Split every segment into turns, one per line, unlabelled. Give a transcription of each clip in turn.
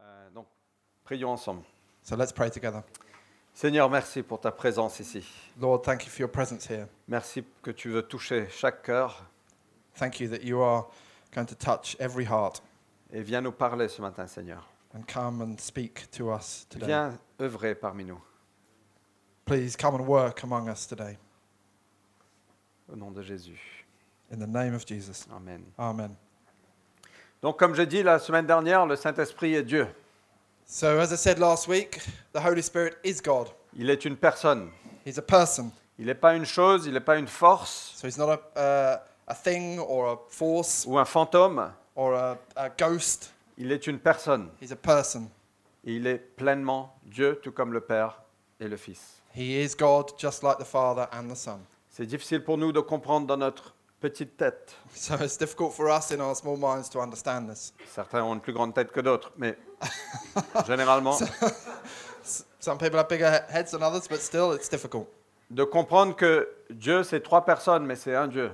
Euh, Prions ensemble.
So let's pray together.
Seigneur, merci pour ta présence ici.
Lord, thank you for your presence here.
Merci que tu veux toucher chaque cœur
Thank you that you are going to touch every heart
et viens nous parler ce matin, Seigneur.
and come and speak to us today.
Viens œuvrer parmi nous.
Please come and work among us today.
Au nom de Jésus.
In the name of Jesus.
Amen.
Amen.
Donc, comme j'ai dit la semaine dernière, le Saint-Esprit est Dieu.
So, as I said last week, the Holy Spirit is God.
Il est une personne.
He's a person.
Il n'est pas une chose, il n'est pas une force
So, he's not a, uh, a thing or a force
ou un fantôme.
or a, a ghost.
Il est une personne.
He's a person.
Et il est pleinement Dieu, tout comme le Père et le Fils.
He is God, just like the Father and the Son.
C'est difficile pour nous de comprendre dans notre petite tête.
So, it's difficult for us in our small minds to understand this.
Certains ont une plus grande tête que d'autres, mais généralement,
S- Some people have bigger he- heads than others, but still, it's difficult.
de comprendre que Dieu, c'est trois personnes, mais c'est un Dieu.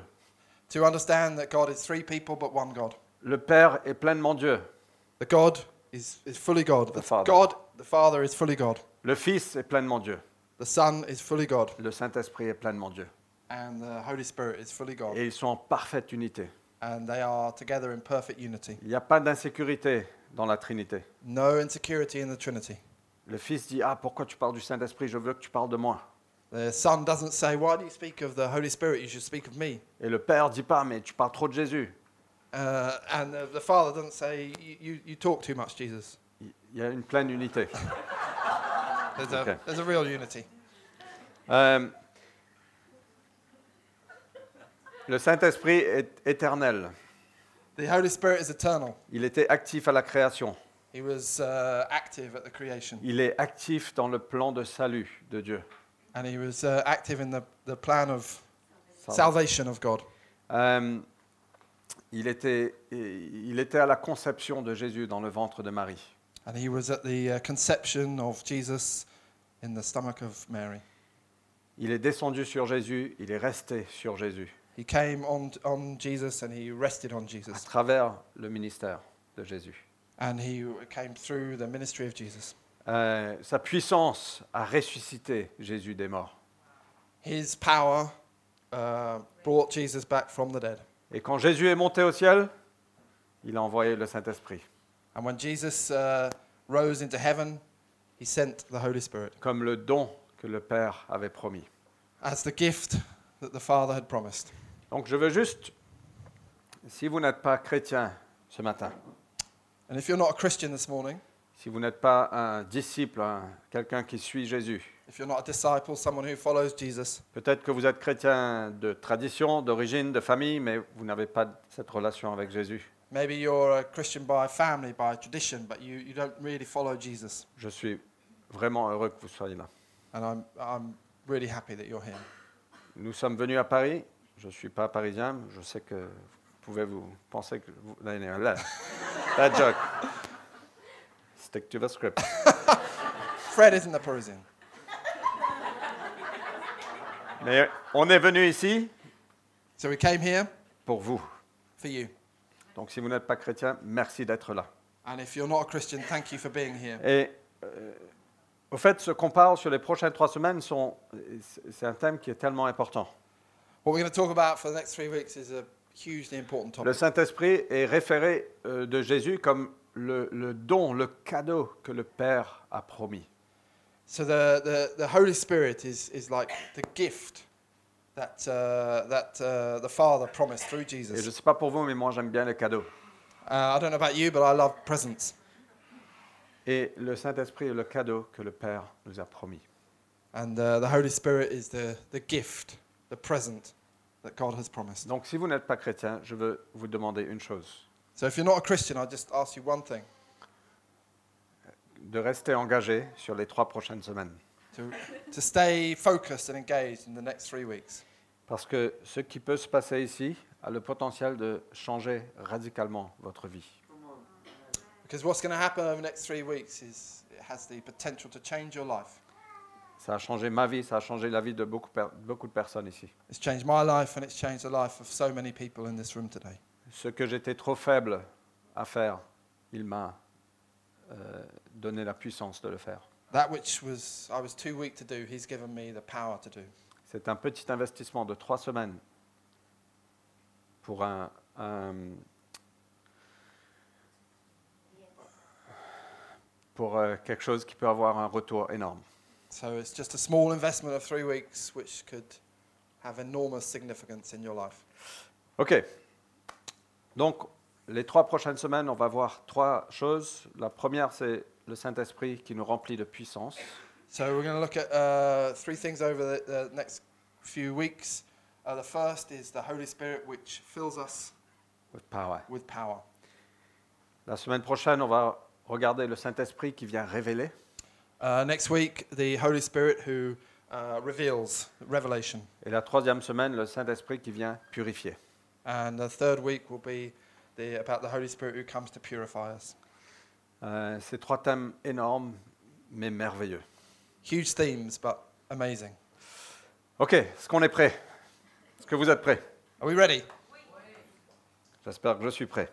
to understand that God is three people but one God.
Le Père est pleinement Dieu.
The God is, is fully God.
The Father.
God, the Father is fully God.
Le Fils est pleinement Dieu.
The Son is fully God.
Le Saint-Esprit est pleinement Dieu.
And the Holy Spirit is fully God.
Et ils sont en parfaite unité.
And they are together in perfect unity.
Il n'y a pas d'insécurité dans la Trinité.
No insecurity in the Trinity.
Le Fils dit, ah, pourquoi tu parles du Saint-Esprit Je veux que tu parles de moi.
The Son doesn't say, Why do you speak of the Holy Spirit? You should speak of me.
Et le Père dit pas, mais tu parles trop de Jésus.
Uh, and the, the Father doesn't say, "You- you, you talk too much, Jesus.
Il y a une pleine unité.
There's a,
Okay.
there's a real unity.
Euh, le Saint-Esprit est éternel.
The Holy Spirit is eternal.
Il était actif à la création.
He was uh, active at the creation.
Il est actif dans le plan de salut de Dieu.
And he was uh, active in the, the plan of salvation of God.
Euh, il, était, il était à la conception de Jésus dans le ventre de Marie.
And he was at the uh, conception of Jesus in the stomach of Mary.
Il est descendu sur Jésus, il est resté sur Jésus
He came on, on Jesus and he rested on
à
Jesus.
travers le ministère de Jésus.
And he came through the ministry of Jesus.
Euh, sa puissance a ressuscité Jésus des morts.
His power uh, brought Jesus back from the dead.
Et quand Jésus est monté au ciel, il a envoyé le Saint-Esprit,
And when Jesus uh, rose into heaven, he sent the Holy Spirit
comme le don que le Père avait promis.
as the gift that the Father had promised.
Donc je veux juste, si vous n'êtes pas chrétien ce matin,
And if you're not a Christian this morning,
si vous n'êtes pas un disciple, un- quelqu'un qui suit Jésus,
if you're not a disciple, someone who follows Jesus,
Peut-être que vous êtes chrétien de tradition, d'origine, de famille, mais vous n'avez pas cette relation avec Jésus.
Maybe you're a Christian by family, by tradition, but you, you don't really follow Jesus.
Je suis vraiment heureux que vous soyez là.
And I'm, I'm really happy that you're here.
Nous sommes venus à Paris. Je ne suis pas parisien. mais Je sais que vous pouvez vous penser que... Vous... Non, non, Là, that joke. Stick to the script.
Fred isn't a Parisian.
Mais on est venu ici
So we came here
pour vous.
for you.
Donc si vous n'êtes pas chrétien, merci d'être là.
And if you're not a Christian, thank you for being here.
Et euh, au fait, ce qu'on parle sur les prochaines trois semaines, sont... c'est un thème qui est tellement important.
What we're going to talk about for the next three weeks is a hugely important
Le
topic.
Saint-Esprit est référé euh, de Jésus comme le, le don, le cadeau que le Père a promis.
So the, the, the Holy Spirit is, is like the gift that, uh, that uh, the Father promised through
Et je ne
Jesus.
sais pas pour vous, mais moi j'aime bien les cadeaux.
Uh, I don't know about you, but I love presents.
Et le Saint-Esprit est le cadeau que le Père nous a promis.
And uh, the Holy Spirit is the, the gift, the present that God has promised.
Donc si vous n'êtes pas chrétien, je veux vous demander une chose,
So if you're not a Christian, I'll just ask you one thing
de rester engagé sur les trois prochaines semaines.
to, to stay focused and engaged in the next three weeks.
Parce que ce qui peut se passer ici a le potentiel de changer radicalement votre vie.
Because what's going to happen over the next three weeks is it has the potential to change your life.
Ça a changé ma vie, ça a changé la vie de beaucoup, per- beaucoup de personnes ici.
It's changed my life and it's changed the life of so many people in this room today.
ce que j'étais trop faible à faire, il m'a euh, donné la puissance de le faire.
That which was I was too weak to do, He's given me the power to do.
C'est un petit investissement de trois semaines pour un, un- pour euh, quelque chose qui peut avoir un retour énorme.
So it's just a small investment of three weeks, which could have enormous significance in your life.
OK. Donc, les trois prochaines semaines, on va voir trois choses. La première, c'est le Saint-Esprit qui nous remplit de puissance.
So we're going to look at uh, three things over the, the next few weeks. Uh, the first is the Holy Spirit, which fills us
with power.
with power.
La semaine prochaine, on va regarder le Saint-Esprit qui vient révéler.
Uh, next week, the Holy Spirit who uh, reveals revelation,
Et la troisième semaine, le Saint-Esprit qui vient purifier.
and the third week will be the about the Holy Spirit who comes to purify us.
Euh, ces trois thèmes énormes, mais merveilleux.
Huge themes, but amazing.
OK, est-ce qu'on est prêt Est-ce que vous êtes prêts
Are we ready?
J'espère que je suis prêt.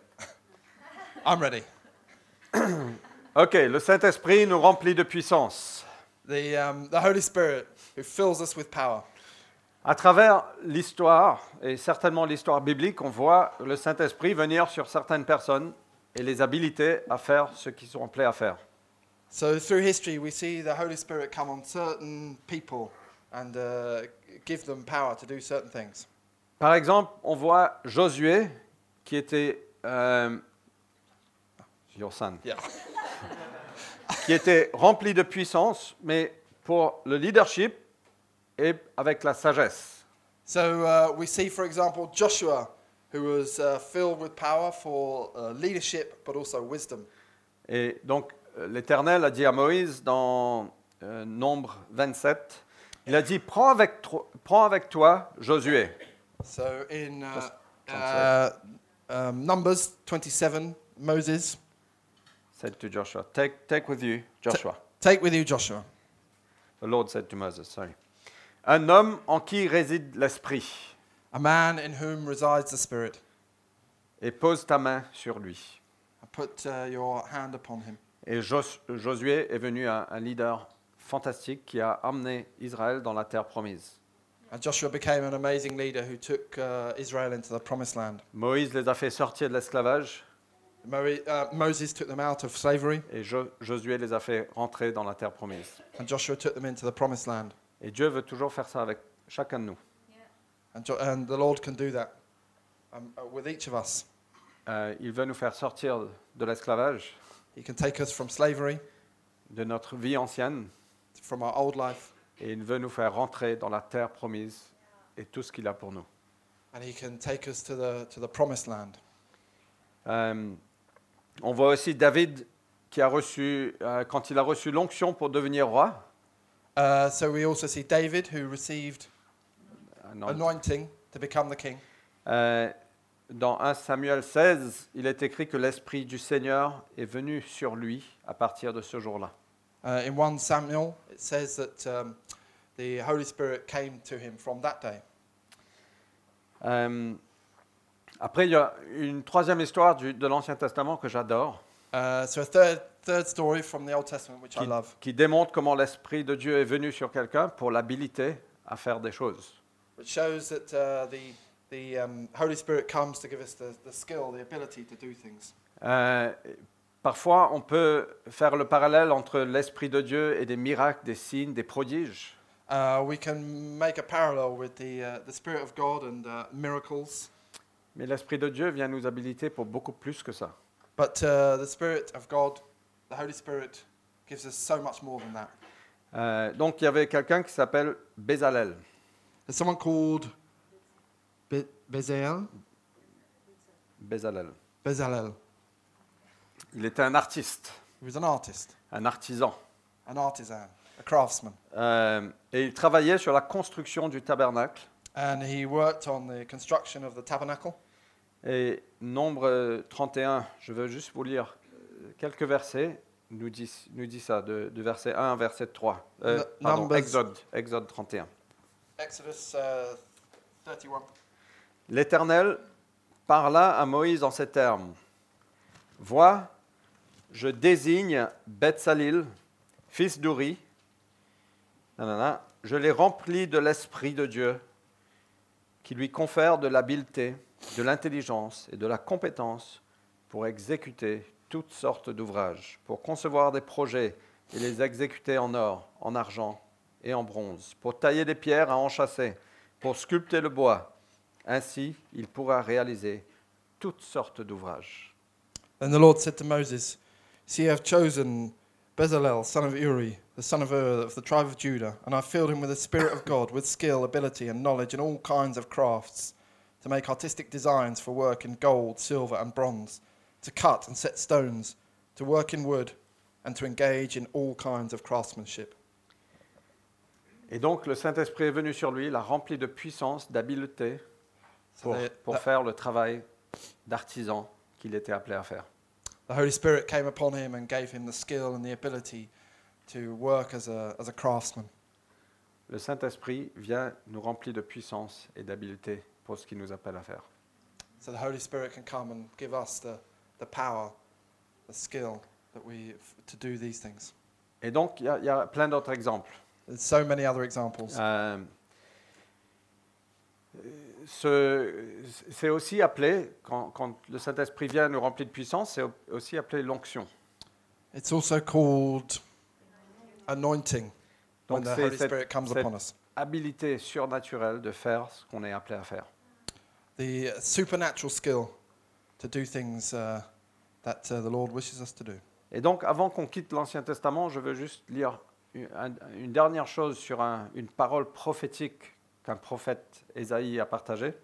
I'm ready.
OK, le Saint-Esprit nous remplit de puissance.
The um, the Holy Spirit who fills us with power.
À travers l'histoire, et certainement l'histoire biblique, on voit le Saint-Esprit venir sur certaines personnes et les habiliter à faire ce qu'ils sont appelés à faire.
So through history, we see the Holy Spirit come on certain people and uh, give them power to do certain things.
Par exemple, on voit Josué qui était euh, your son,
Yeah.
qui était rempli de puissance, mais pour le leadership et avec la sagesse.
So uh, we see, for example, Joshua, who was uh, filled with power for uh, leadership, but also wisdom.
Et donc euh, l'Éternel a dit à Moïse dans euh, Nombre 27, il a dit prends avec, tro- prends avec toi Josué.
So in uh, uh,
That's-
um, Numbers 27, Moses,
Said to Joshua, take, take with you Joshua.
take with you Joshua,
The Lord said to Moses, sorry. Un homme en qui réside l'esprit
a man in whom resides the Spirit,
et pose ta main sur lui.
and put uh, your hand upon him.
Et Jos- Josué est venu un, un leader fantastique qui a amené Israël dans la terre promise.
And Joshua became an amazing leader who took uh, Israel into the promised land.
Moïse les a fait sortir de l'esclavage
Mo- uh, Moses took them out of slavery,
et Jo- Josué les a fait rentrer dans la terre promise.
and Joshua took them into the promised land.
Et Dieu veut toujours faire ça avec chacun de nous.
And, jo- and the Lord can do that um, uh, with each of us.
Euh, il veut nous faire sortir de l'esclavage,
He can take us from slavery,
de notre vie ancienne,
from our old life,
et il veut nous faire rentrer dans la terre promise et tout ce qu'il a pour nous.
and He can take us to the, to the promised land.
Euh, on voit aussi David qui a reçu, euh, quand il a reçu l'onction pour devenir roi,
Uh, so we also see David, who received
euh,
Ah
non,
anointing to become the king.
Euh, dans 1 Samuel 16, il est écrit que l'Esprit du Seigneur est venu sur lui à partir de ce jour-là.
Uh, in 1 Samuel, it says that um, the Holy Spirit came to him from that day.
Euh, après, il y a une troisième histoire du- de l'Ancien Testament que j'adore,
Uh, so a third, third story from the Old Testament, which I
qui,
love.
qui démontre comment l'Esprit de Dieu est venu sur quelqu'un pour l'habiliter à faire des choses.
which shows that uh, the, the um, Holy Spirit comes to give us the, the skill, the ability to do things.
Euh, parfois, on peut faire le parallèle entre l'Esprit de Dieu et des miracles, des signes, des prodiges.
Uh, we can make a parallel with the, uh, the Spirit of God and uh, miracles,
Mais l'Esprit de Dieu vient nous habiliter pour beaucoup plus que ça.
but uh, the Spirit of God, the Holy Spirit, gives us so much more than that.
Euh, donc, il y avait quelqu'un qui s'appelle Bézalel.
There's someone called Be- Bezalel.
Bezalel.
Bezalel.
Il était un artiste,
He was an artist,
un artisan.
an artisan, a craftsman,
Euh, et il travaillait sur la construction du tabernacle.
and he worked on the construction of the tabernacle.
Et Nombre euh, 31, je veux juste vous lire euh, quelques versets, nous dit, nous dit ça, de, de verset 1 à verset 3. Euh,
N-
pardon,
Numbers.
Exode, Exode 31.
Exodus uh, 31.
L'Éternel parla à Moïse en ces termes. Vois, Je désigne Betsalil, fils d'Uri. Nanana. Je l'ai rempli de l'Esprit de Dieu, qui lui confère de l'habileté, de l'intelligence et de la compétence pour exécuter toutes sortes d'ouvrages, pour concevoir des projets et les exécuter en or, en argent et en bronze, pour tailler des pierres à enchâsser, pour sculpter le bois. Ainsi, il pourra réaliser toutes sortes d'ouvrages.
Then the Lord said to Moses, See, I have chosen Bezalel, son of Uri, the son of Ur of the tribe of Judah, and I filled him with the Spirit of God, with skill, ability, and knowledge in all kinds of crafts, to make artistic designs for work in gold, silver, and bronze, to cut and set stones, to work in wood, and to engage in all kinds of craftsmanship.
Et donc le Saint-Esprit est venu sur lui, l'a rempli de puissance, d'habileté
So
pour,
the,
pour faire le travail d'artisan qu'il était appelé à faire.
the Holy Spirit came upon him and gave him the skill and the ability to work as a, as a craftsman.
Le Saint-Esprit vient nous remplir de puissance et d'habileté pour ce qu'il nous appelle à faire.
So the Holy Spirit can come and give us the, the power, the skill that we f- to do these things.
Et donc, il y a- il y, a plein d'autres exemples.
There's so many other examples.
Euh, ce- c'est aussi appelé, quand, quand le Saint-Esprit vient nous remplir de puissance, c'est aussi appelé l'onction.
It's also called anointing when
Donc
the
c'est
Holy
cette
Spirit comes
cette
upon us.
habilité surnaturelle de faire ce qu'on est appelé à faire.
The uh, supernatural skill to do things uh, that uh, the Lord wishes us to do.
Et donc, avant qu'on quitte l'Ancien Testament, je veux juste lire une, un- une dernière chose sur un- une parole prophétique qu'un prophète Ésaïe a partagée.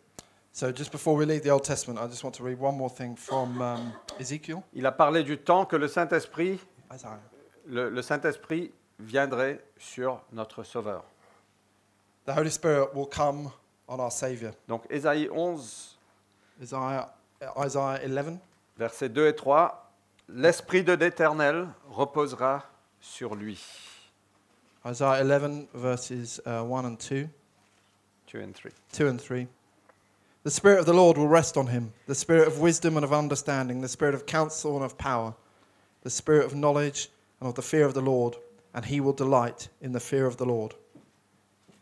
So just before we leave the Old Testament, I just want to read one more thing from um, Ezekiel.
Il a parlé du temps que le Saint-Esprit
Isaiah.
le, le Saint-Esprit viendrait sur notre Sauveur.
The Holy Spirit will come on our Savior.
Donc Ésaïe 11,
Isaiah, Isaiah 11.
versets 2 et 3, L'Esprit de l'Éternel reposera sur lui.
Isaiah 11, verses uh, 1 and 2.
2 and 3.
2 and 3. The Spirit of the Lord will rest on him, the Spirit of wisdom and of understanding, the Spirit of counsel and of power, the Spirit of knowledge and of the fear of the Lord, and he will delight in the fear of the Lord.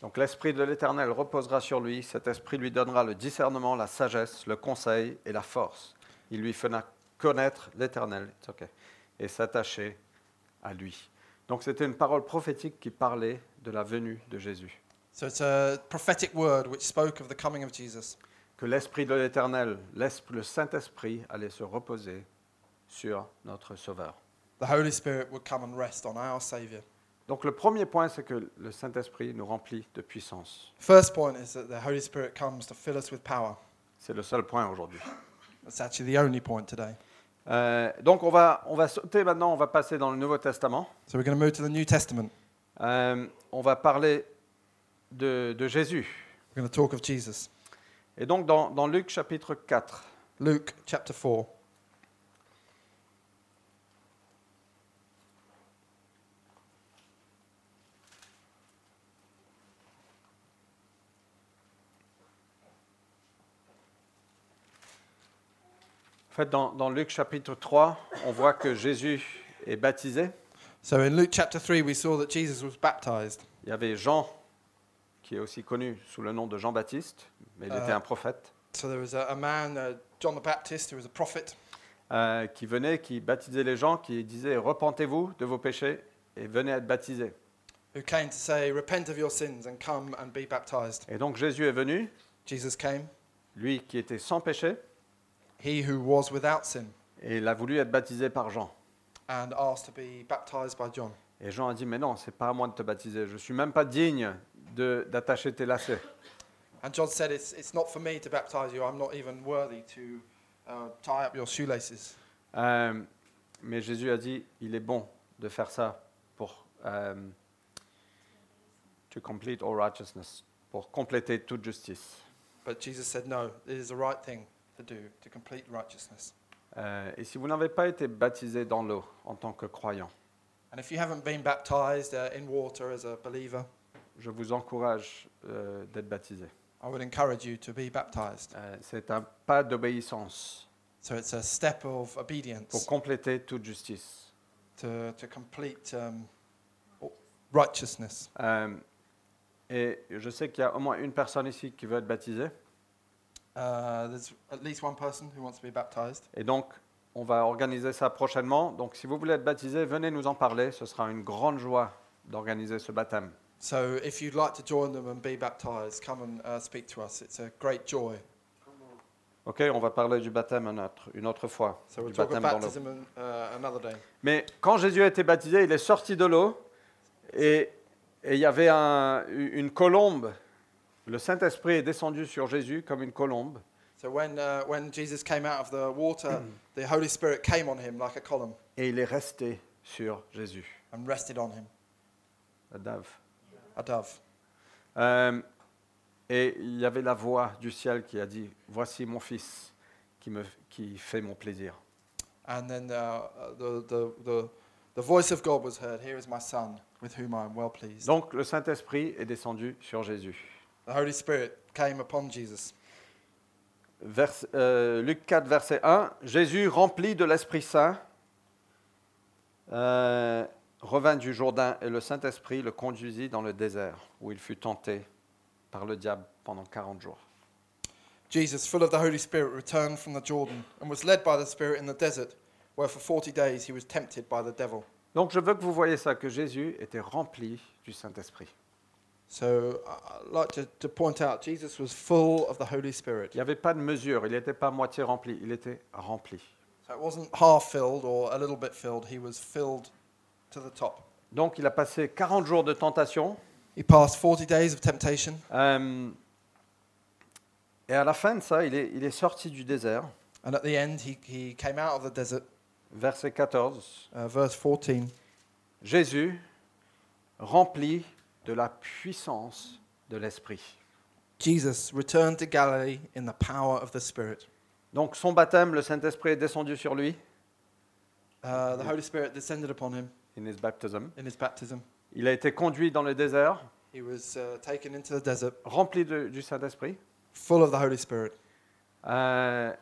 Donc l'Esprit de l'Éternel reposera sur lui, cet Esprit lui donnera le discernement, la sagesse, le conseil et la force. Il lui fera connaître l'Éternel It's okay. et s'attacher à lui. Donc c'était une parole prophétique qui parlait de la venue de Jésus.
So it's a prophetic word which spoke of the coming of Jesus,
Que l'Esprit de l'Éternel, l'Esp- le Saint-Esprit allait se reposer sur notre Sauveur.
the Holy Spirit would come and rest on our Savior.
Donc le premier point, c'est que le Saint-Esprit nous remplit de puissance.
First point is that the Holy Spirit comes to fill us with power.
C'est le seul point aujourd'hui.
That's actually the only point today.
Euh, donc on va, on va sauter maintenant, on va passer dans le Nouveau Testament.
So we're going to move to the New Testament.
Euh, on va parler de, de Jésus.
We're going to talk of Jesus.
Et donc dans, dans Luc chapitre 4,
Luke chapter 4.
en fait dans, dans Luc chapitre 3, on voit que Jésus est baptisé.
So in Luke chapter 3, we saw that Jesus was baptized.
Il y avait Jean, qui est aussi connu sous le nom de Jean-Baptiste, mais il
Euh.
était un prophète,
So there was a, a man, uh, John the Baptist, who was a prophet,
euh, qui venait, qui baptisait les gens, qui disait, repentez-vous de vos péchés et venez être baptisés.
who came to say, Repent of your sins and come and be baptized.
Et donc Jésus est venu,
Jesus came,
lui qui était sans péché,
he who was without sin,
et il a voulu être baptisé par Jean.
and asked to be baptized by John.
Et Jean a dit, mais non, c'est pas à moi de te baptiser, je suis même pas digne de- d'attacher tes lacets.
And John said, It's, it's not for me to baptize you, I'm not even worthy to uh, tie up your shoelaces.
Euh, mais Jésus a dit, il est bon de faire ça pour euh, to complete all righteousness, pour compléter toute justice.
But Jesus said, No, it is the right thing to do to complete righteousness.
Euh, et si vous n'avez pas été baptisé dans l'eau en tant que croyant,
And if you haven't been baptized uh, in water as a believer,
je vous encourage euh, d'être baptisé.
I would encourage you to be baptized.
Euh, c'est un pas d'obéissance
So it's a step of
pour
obedience
compléter toute justice.
to, to complete um, righteousness.
Euh, et je sais qu'il y a au moins une personne ici qui veut être baptisée.
Uh, there's at least one person who wants to be baptized.
Et donc, on va organiser ça prochainement. Donc, si vous voulez être baptisé, venez nous en parler. Ce sera une grande joie d'organiser ce baptême.
So if you'd like to join them and be baptized, come and uh, speak to us. It's a great joy.
OK, on va parler du baptême un autre- une autre fois.
So we'll
Du
talk
baptême
about
dans l'eau.
baptism an- uh, another day.
Mais quand Jésus a été baptisé, il est sorti de l'eau et, et il y avait un- une colombe. Le Saint-Esprit est descendu sur Jésus comme une colombe.
So when, uh, when Jesus came out of the water, the Holy Spirit came on him like a column
et il est resté sur Jésus,
and rested on him,
la dave.
a dove.
Euh, et il y avait la voix du ciel qui a dit, voici mon fils qui, me, qui fait mon plaisir.
And then uh, the, the, the, the voice of God was heard, Here is my son, with whom I am well pleased.
Donc le Saint-Esprit est descendu sur Jésus.
The Holy Spirit came upon Jesus.
Vers- euh, Luc 4, verset 1, Jésus rempli de l'Esprit Saint euh, revint du Jourdain et le Saint-Esprit le conduisit dans le désert où il fut tenté par le diable pendant 40 jours.
Jesus, full of the Holy Spirit, returned from the Jordan and was led by the Spirit in the desert, where for 40 days he was tempted by the devil.
Donc je veux que vous voyez ça, que Jésus était rempli du Saint-Esprit.
So I- I'd like to, to point out, Jesus was full of the Holy Spirit.
Il n'y avait pas de mesure, il n'était pas à moitié rempli, il était rempli.
So it wasn't half filled or a little bit filled, he was filled to the top.
Donc il a passé 40 jours de tentation
He passed 40 days of temptation,
euh, et à la fin de ça, il est- il est sorti du désert,
and at the end, he, he came out of the desert.
verset 14.
Uh, verse 14
Jésus rempli de la puissance de l'Esprit.
Jesus returned to Galilee in the power of the Spirit.
Donc son baptême, le Saint-Esprit est descendu sur lui,
Uh, the Holy Spirit descended upon him
in his baptism.
in his baptism.
Il a été conduit dans le désert,
He was uh, taken into the desert,
rempli de- du Saint-Esprit.
full of the Holy Spirit.
Euh,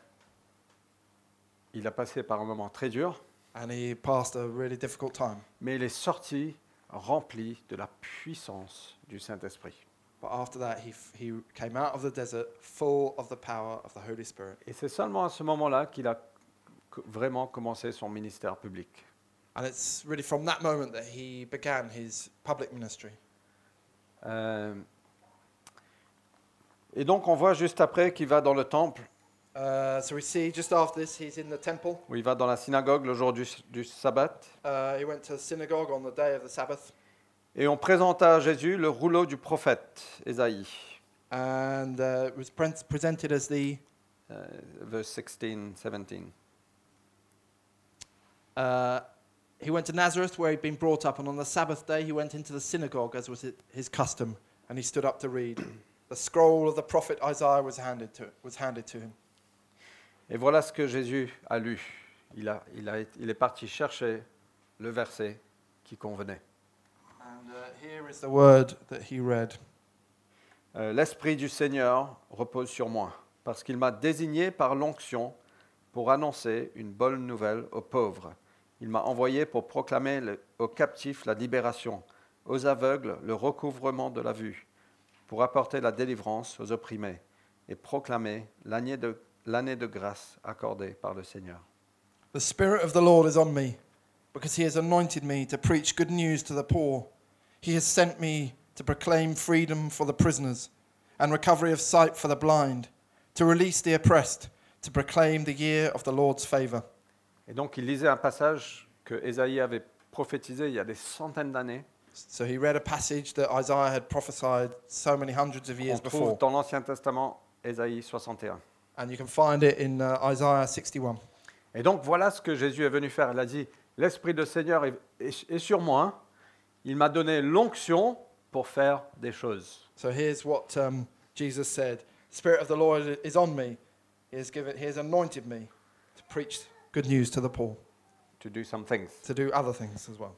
il a passé par un moment très dur,
and he passed a really difficult time.
mais il est sorti rempli de la puissance du Saint-Esprit.
But after that, he, f- he came out of the desert full of the power of the Holy Spirit.
Et c'est seulement à ce moment-là qu'il a co- vraiment commencé son ministère public.
And it's really from that moment that he began his public ministry.
Euh, et donc on voit juste après qu'il va dans le temple,
Uh, so we see just after this, he's in the temple.
où il va dans la synagogue le jour du, du sabbat.
Uh, he went to synagogue on the day of the Sabbath.
Et on présenta à Jésus le rouleau du prophète Ésaïe,
And uh, it was pre- presented as the,
euh, verse 16, 17.
uh, he went to Nazareth where he'd been brought up. And on the Sabbath day, he went into the synagogue as was hi- his custom. And he stood up to read. the scroll of the prophet Isaiah was handed to, was handed to him.
Et voilà ce que Jésus a lu. Il, a, il, a, il est parti chercher le verset qui convenait.
And uh, here is the word that he read.
Euh, L'Esprit du Seigneur repose sur moi, parce qu'il m'a désigné par l'onction pour annoncer une bonne nouvelle aux pauvres. Il m'a envoyé pour proclamer le- aux captifs la libération, aux aveugles le recouvrement de la vue, pour apporter la délivrance aux opprimés et proclamer l'année de, l'année de grâce accordée par le Seigneur.
The Spirit of the Lord is on me, because he has anointed me to preach good news to the poor. He has sent me to proclaim freedom for the prisoners and recovery of sight for the blind, to release the oppressed, to proclaim the year of the Lord's favor.
Et donc il lisait un passage que Ésaïe avait prophétisé il y a des centaines d'années.
So he read a passage that Isaiah had prophesied so many hundreds of
On
years
trouve
before,
dans l'Ancien Testament Ésaïe 61.
and you can find it in uh, Isaiah 61.
Et donc voilà ce que Jésus est venu faire. Il a dit, l'Esprit du Seigneur est, est- est sur moi. Il m'a donné l'onction pour faire des choses.
So here's what um, Jesus said Spirit of the Lord is on me. He has, given, he has anointed me to preach good news to the poor,
To do some things.
to do other things as well.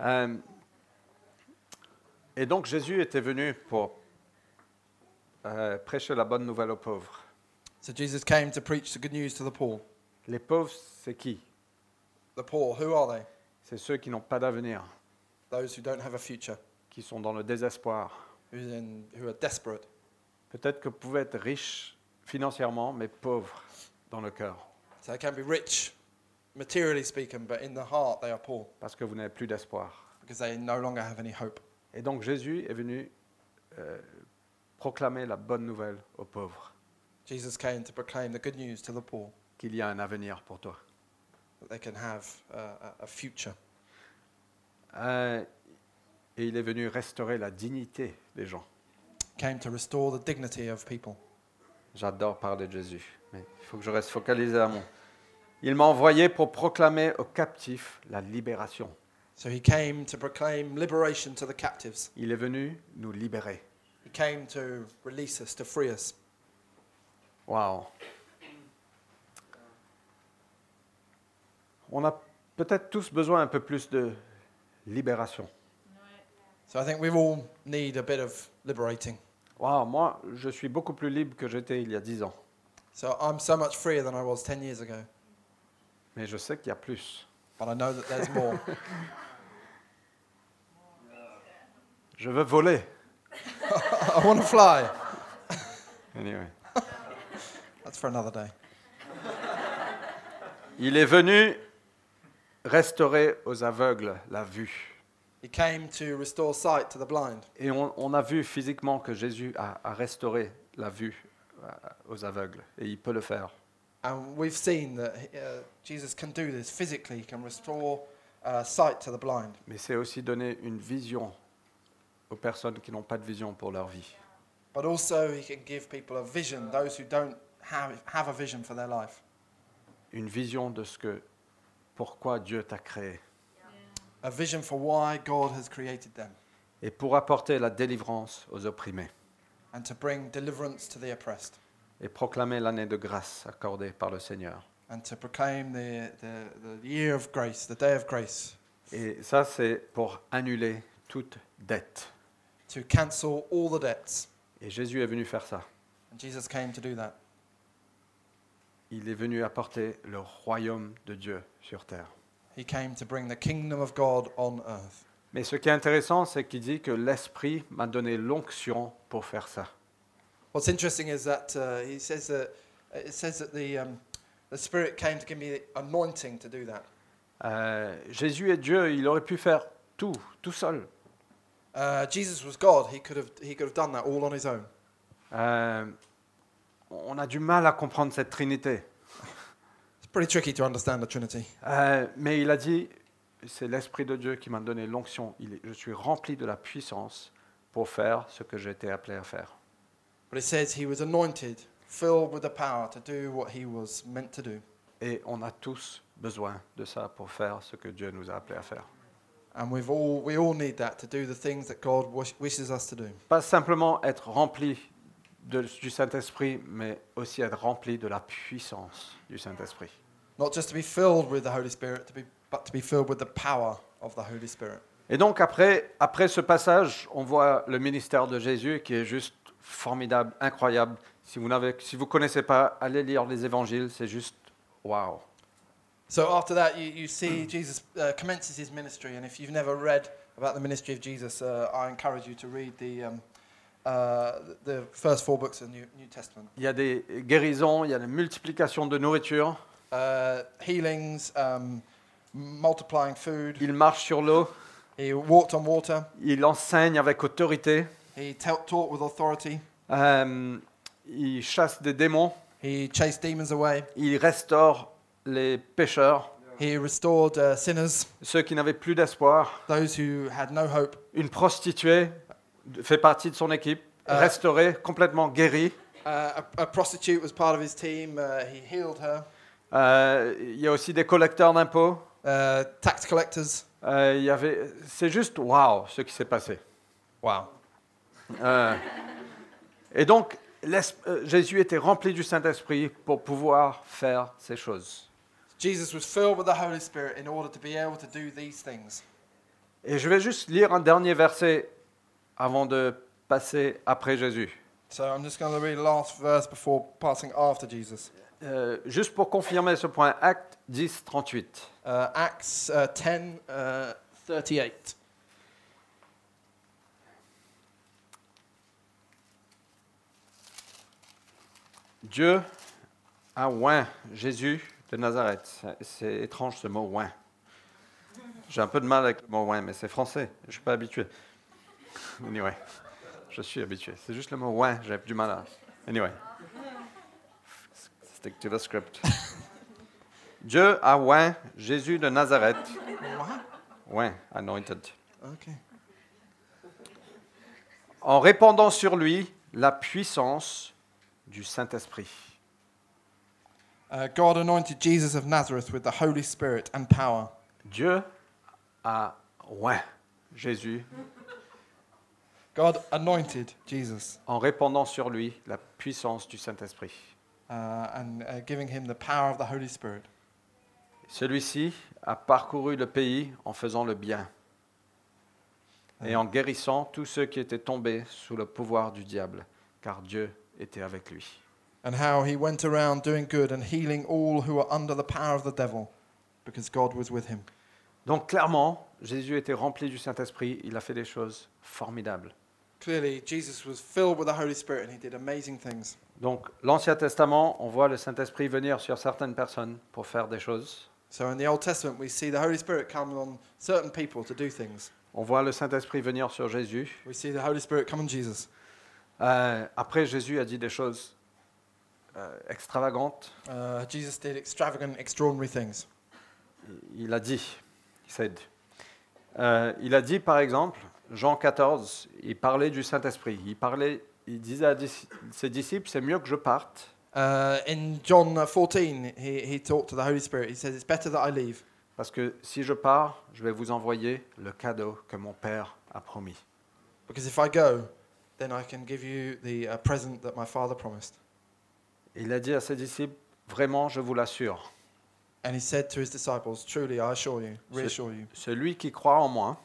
Euh, Et donc Jésus était venu pour euh, prêcher la bonne nouvelle aux pauvres.
So Jesus came to preach the good news to the poor.
Les pauvres, c'est qui
The poor, who are they?
C'est ceux qui n'ont pas d'avenir,
Those who don't have a future,
qui sont dans le désespoir.
who's in, who are desperate.
Peut-être que vous pouvez être riche financièrement, mais pauvre dans le cœur,
So they can be rich, materially speaking, but in the heart they are poor
parce que vous n'avez plus d'espoir.
because they no longer have any hope.
Et donc Jésus est venu euh, proclamer la bonne nouvelle aux pauvres,
Jesus came to proclaim the good news to the poor
qu'il y a un avenir pour toi.
that they can have uh, a- a future.
Euh, et il est venu restaurer la dignité des gens.
Came to restore the dignity of people.
J'adore parler de Jésus, mais il faut que je reste focalisé à mon. Il m'a envoyé pour proclamer aux captifs la libération.
So he came to proclaim liberation to the captives.
Il est venu nous libérer.
He came to release us, to free us.
Waouh. On a peut-être tous besoin un peu plus de libération.
So I think we all need a bit of liberating.
Waouh, moi, je suis beaucoup plus libre que j'étais il y a dix ans,
So I'm so much freer than I was 10 years ago,
mais je sais qu'il y a plus.
but I know that there's more.
Je veux voler.
I want to fly.
Anyway.
That's for another day.
Il est venu restaurer aux aveugles la vue.
He came to restore sight to the blind.
Et on, on a vu physiquement que Jésus a, a restauré la vue euh, aux aveugles. Et il peut le faire.
And we've seen that uh, Jesus can do this physically, he can restore uh, sight to the blind.
Mais c'est aussi donner une vision aux personnes qui n'ont pas de vision pour leur vie.
But also, he can give people a vision, those who don't have, have a vision for their life,
Une vision de ce que, pourquoi Dieu t'a créé.
a vision for why God has created them,
Et pour apporter la délivrance aux opprimés.
and to bring deliverance to the oppressed,
Et proclamer l'année de grâce accordée par le Seigneur.
and to proclaim the, the, the year of grace, the day of grace,
Et ça, c'est pour annuler toute dette.
to cancel all the debts.
Et Jésus est venu faire ça.
And Jesus came to do that.
Il est venu apporter le royaume de Dieu sur terre.
He came to bring the kingdom of God on earth.
Mais ce qui est intéressant, c'est qu'il dit que l'Esprit m'a donné l'onction pour faire ça.
What's interesting is that uh, he says that it says that the um, the Spirit came to give me the anointing to do that.
Euh, Jésus est Dieu, il aurait pu faire tout, tout seul.
Uh, Jesus was God; he could have he could have done that all on his own.
Euh, on a du mal à comprendre cette Trinité.
It's pretty tricky to understand the Trinity,
Euh, mais il a dit, c'est l'Esprit de Dieu qui m'a donné l'onction. Il est- Je suis rempli de la puissance pour faire ce que j'ai été appelé à faire.
but it says he was anointed, filled with the power to do what he was meant to do,
Et on a tous besoin de ça pour faire ce que Dieu nous a appelé à faire.
and we've all we all need that to do the things that God wish, wishes us to do.
Pas simplement être rempli de- du Saint-Esprit, mais aussi être rempli de la puissance du Saint-Esprit.
Not just to be filled with the Holy Spirit, to be but to be filled with the power of the Holy Spirit.
Et donc après, après ce passage, on voit le ministère de Jésus qui est juste formidable, incroyable. Si vous n'avez, si vous connaissez pas, allez lire les évangiles, c'est juste waouh.
So after that, you, you see Jesus uh, commences his ministry, and if you've never read about the ministry of Jesus, uh, I encourage you to read the, um, uh, the first four books of the New, New Testament.
Il y a des guérisons, il y a la multiplication de nourriture.
Uh, healings, um, multiplying food,
Il marche sur l'eau,
he walked on water,
il enseigne avec autorité,
he taught taught with authority,
Euh, il chasse des démons,
he chased demons away,
il restaure les pécheurs.
he restored uh, sinners,
ceux qui n'avaient plus d'espoir.
those who had no hope,
Une prostituée fait partie de son équipe,
Euh.
restaurée, complètement guérie.
uh, a, a prostitute was part of his team, uh, he healed her,
Euh, il y a aussi des collecteurs d'impôts.
uh, tax collectors.
Euh, il y avait... C'est juste waouh ce qui s'est passé.
Wow.
Euh, Et donc, l'es- euh, Jésus était rempli du Saint-Esprit pour pouvoir faire ces choses.
Jesus was filled with the Holy Spirit in order to be able to do these things.
Et je vais juste lire un dernier verset avant de passer après Jésus.
So I'm just going to read the last verse before passing after Jesus.
Euh, juste pour confirmer ce point, Acte 10, 38.
Uh, Acts uh, 10 uh, 38.
Dieu a oint Jésus de Nazareth. C'est- C'est étrange ce mot oint. J'ai un peu de mal avec le mot oint, mais c'est français. Je ne suis pas habitué. Anyway, je suis habitué. C'est juste le mot oint, j'ai du mal à. Anyway, stick to the script. Dieu a oint Jésus de Nazareth.
What?
Oint, anointed.
Okay.
En répandant sur lui la puissance du Saint-Esprit.
Uh, God anointed Jesus of Nazareth with the Holy Spirit and power.
Dieu a oint Jésus
God anointed Jesus
en répandant sur lui la puissance du Saint-Esprit.
uh, and uh, giving him the power of the Holy Spirit.
Celui-ci a parcouru le pays en faisant le bien et en guérissant tous ceux qui étaient tombés sous le pouvoir du diable, car Dieu était avec lui.
And how he went around doing good and healing all who were under the power of the devil because God was with him.
Donc clairement, Jésus était rempli du Saint-Esprit, il a fait des choses formidables.
Clearly, Jesus was filled with the Holy Spirit and he did amazing things.
Donc l'Ancien Testament, on voit le Saint-Esprit venir sur certaines personnes pour faire des choses.
So in the Old Testament, we see the Holy Spirit come on certain people to do things.
On voit le Saint-Esprit venir sur Jésus.
We see the Holy Spirit come on Jesus.
Euh, après, Jésus a dit des choses euh, extravagantes.
Uh, Jesus did extravagant, extraordinary things.
Il a dit, he said. Euh, il a dit par exemple, Jean 14, il parlait du Saint-Esprit. Il parlait, il disait à dis- ses disciples, c'est mieux que je parte
Uh, in John uh, 14, he, he talked to the Holy Spirit. He says, It's better that I leave
parce que si je pars, je vais vous envoyer le cadeau que mon Père a promis.
because if I go, then I can give you the uh, present that my father promised.
Il a dit à ses disciples, vraiment, je vous l'assure,
And he said to his disciples, Truly, I assure you, reassure you,
celui qui croit en moi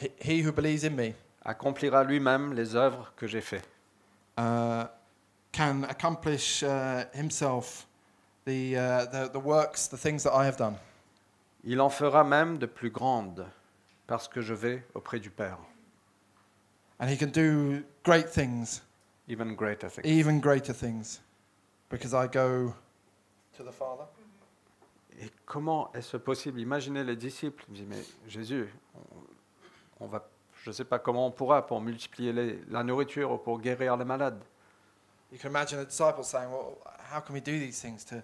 he, he who believes in me
accomplira lui-même les œuvres que j'ai faites.
uh, can accomplish uh, himself the, uh, the, the works, the things that I have done.
Il en fera même de plus grandes parce que je vais auprès du Père.
And he can do great things,
Even greater things.
even greater things, because I go to the Father.
Et comment est-ce possible Imaginez les disciples. Ils disent, mais Jésus, on, on va, je ne sais pas comment on pourra pour multiplier les- la nourriture ou pour guérir les malades.
You can imagine the disciples saying, Well, how can we do these things to,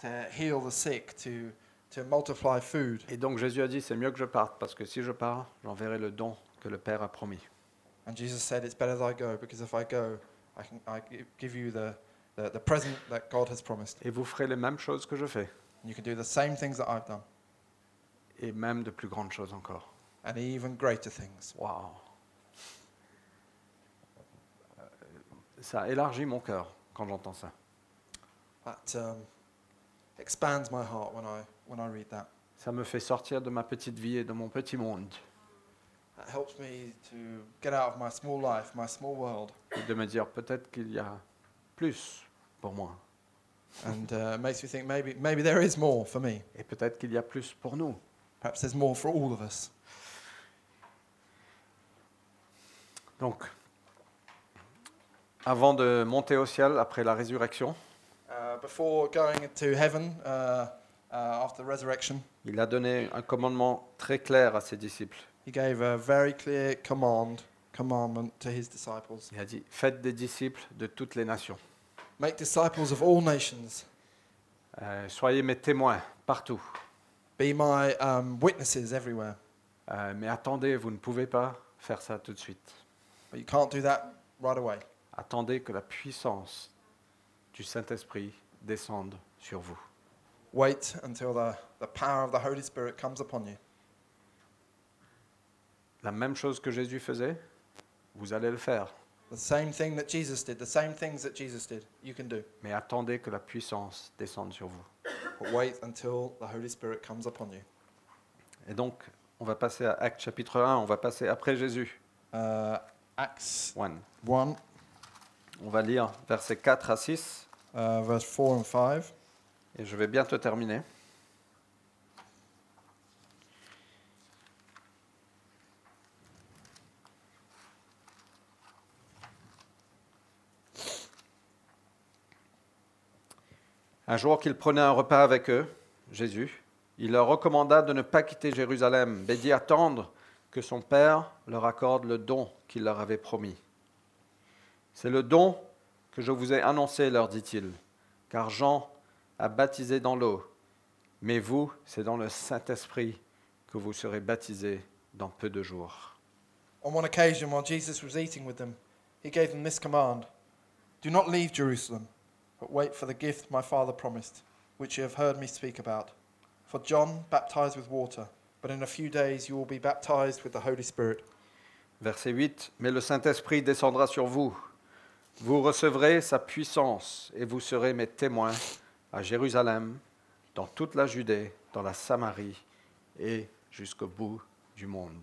to heal the sick, to, to multiply food?
Et donc Jésus a dit, c'est mieux que je parte, parce que si je pars, j'enverrai le don que le Père a promis.
And Jesus said, It's better that I go, because if I go, I can I gi- give you the, the, the present that God has promised.
Et vous ferez les mêmes choses que je fais,
And you can do the same things that I've done,
et même de plus grandes choses encore.
and even greater things.
Waouh Euh, Ça élargit mon cœur quand j'entends ça.
That um, expands my heart when I, when I read that.
Ça me fait sortir de ma petite vie et de mon petit monde,
That helps me to get out of my small life, my small world,
et de me dire peut-être qu'il y a plus pour moi.
and uh, makes me think maybe, maybe there is more for me.
Et peut-être qu'il y a plus pour nous.
Perhaps there's more for all of us.
Donc, avant de monter au ciel après la résurrection,
Uh, before going to heaven uh, uh, after the resurrection,
il a donné un commandement très clair à ses disciples.
he gave a very clear command, commandment to his disciples:
Il a dit Faites des disciples de toutes les nations.
make disciples of all nations,
Euh, soyez mes témoins partout.
be my um, witnesses everywhere.
Euh, mais attendez, vous ne pouvez pas faire ça tout de suite.
But you can't do that right away.
Attendez que la puissance du Saint-Esprit descende sur vous.
Wait until the, the power of the Holy Spirit comes upon you.
La même chose que Jésus faisait, vous allez le faire.
The same thing that Jesus did, the same things that Jesus did, you can do.
Mais attendez que la puissance descende sur vous.
But wait until the Holy Spirit comes upon you.
Et donc, on va passer à Acte chapitre 1, on va passer après Jésus.
Uh, Acts
1.
1,
On va lire versets 4 à 6
uh, verse 4 and 5.
et je vais bientôt terminer. Un jour qu'il prenait un repas avec eux, Jésus, il leur recommanda de ne pas quitter Jérusalem, mais d'y attendre que son Père leur accorde le don qu'il leur avait promis. C'est le don que je vous ai annoncé, leur dit-il, car Jean a baptisé dans l'eau, mais vous, c'est dans le Saint-Esprit que vous serez baptisés dans peu de jours.
On one occasion, while Jesus was eating with them, he gave them this command Do not leave Jerusalem, but wait for the gift my Father promised, which you have heard me speak about. For John baptized with water, but in a few days you will be baptized with the Holy Spirit.
Verset 8, Mais le Saint-Esprit descendra sur vous. Vous recevrez sa puissance et vous serez mes témoins à Jérusalem, dans toute la Judée, dans la Samarie et jusqu'au bout du monde.